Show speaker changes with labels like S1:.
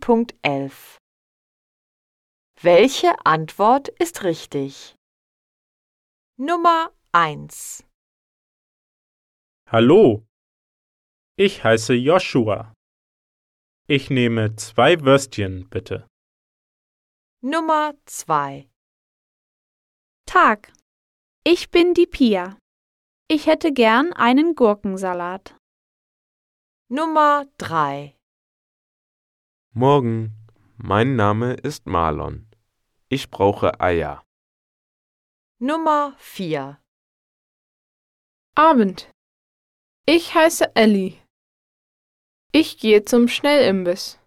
S1: 9.11 Welche Antwort ist richtig? Nummer 1
S2: Hallo, ich heiße Joshua. Ich nehme zwei Würstchen, bitte.
S1: Nummer 2
S3: Tag. Ich bin die Pia. Ich hätte gern einen Gurkensalat.
S1: Nummer 3
S4: Morgen, mein Name ist Marlon. Ich brauche Eier.
S1: Nummer 4
S5: Abend. Ich heiße Ellie. Ich gehe zum Schnellimbiss.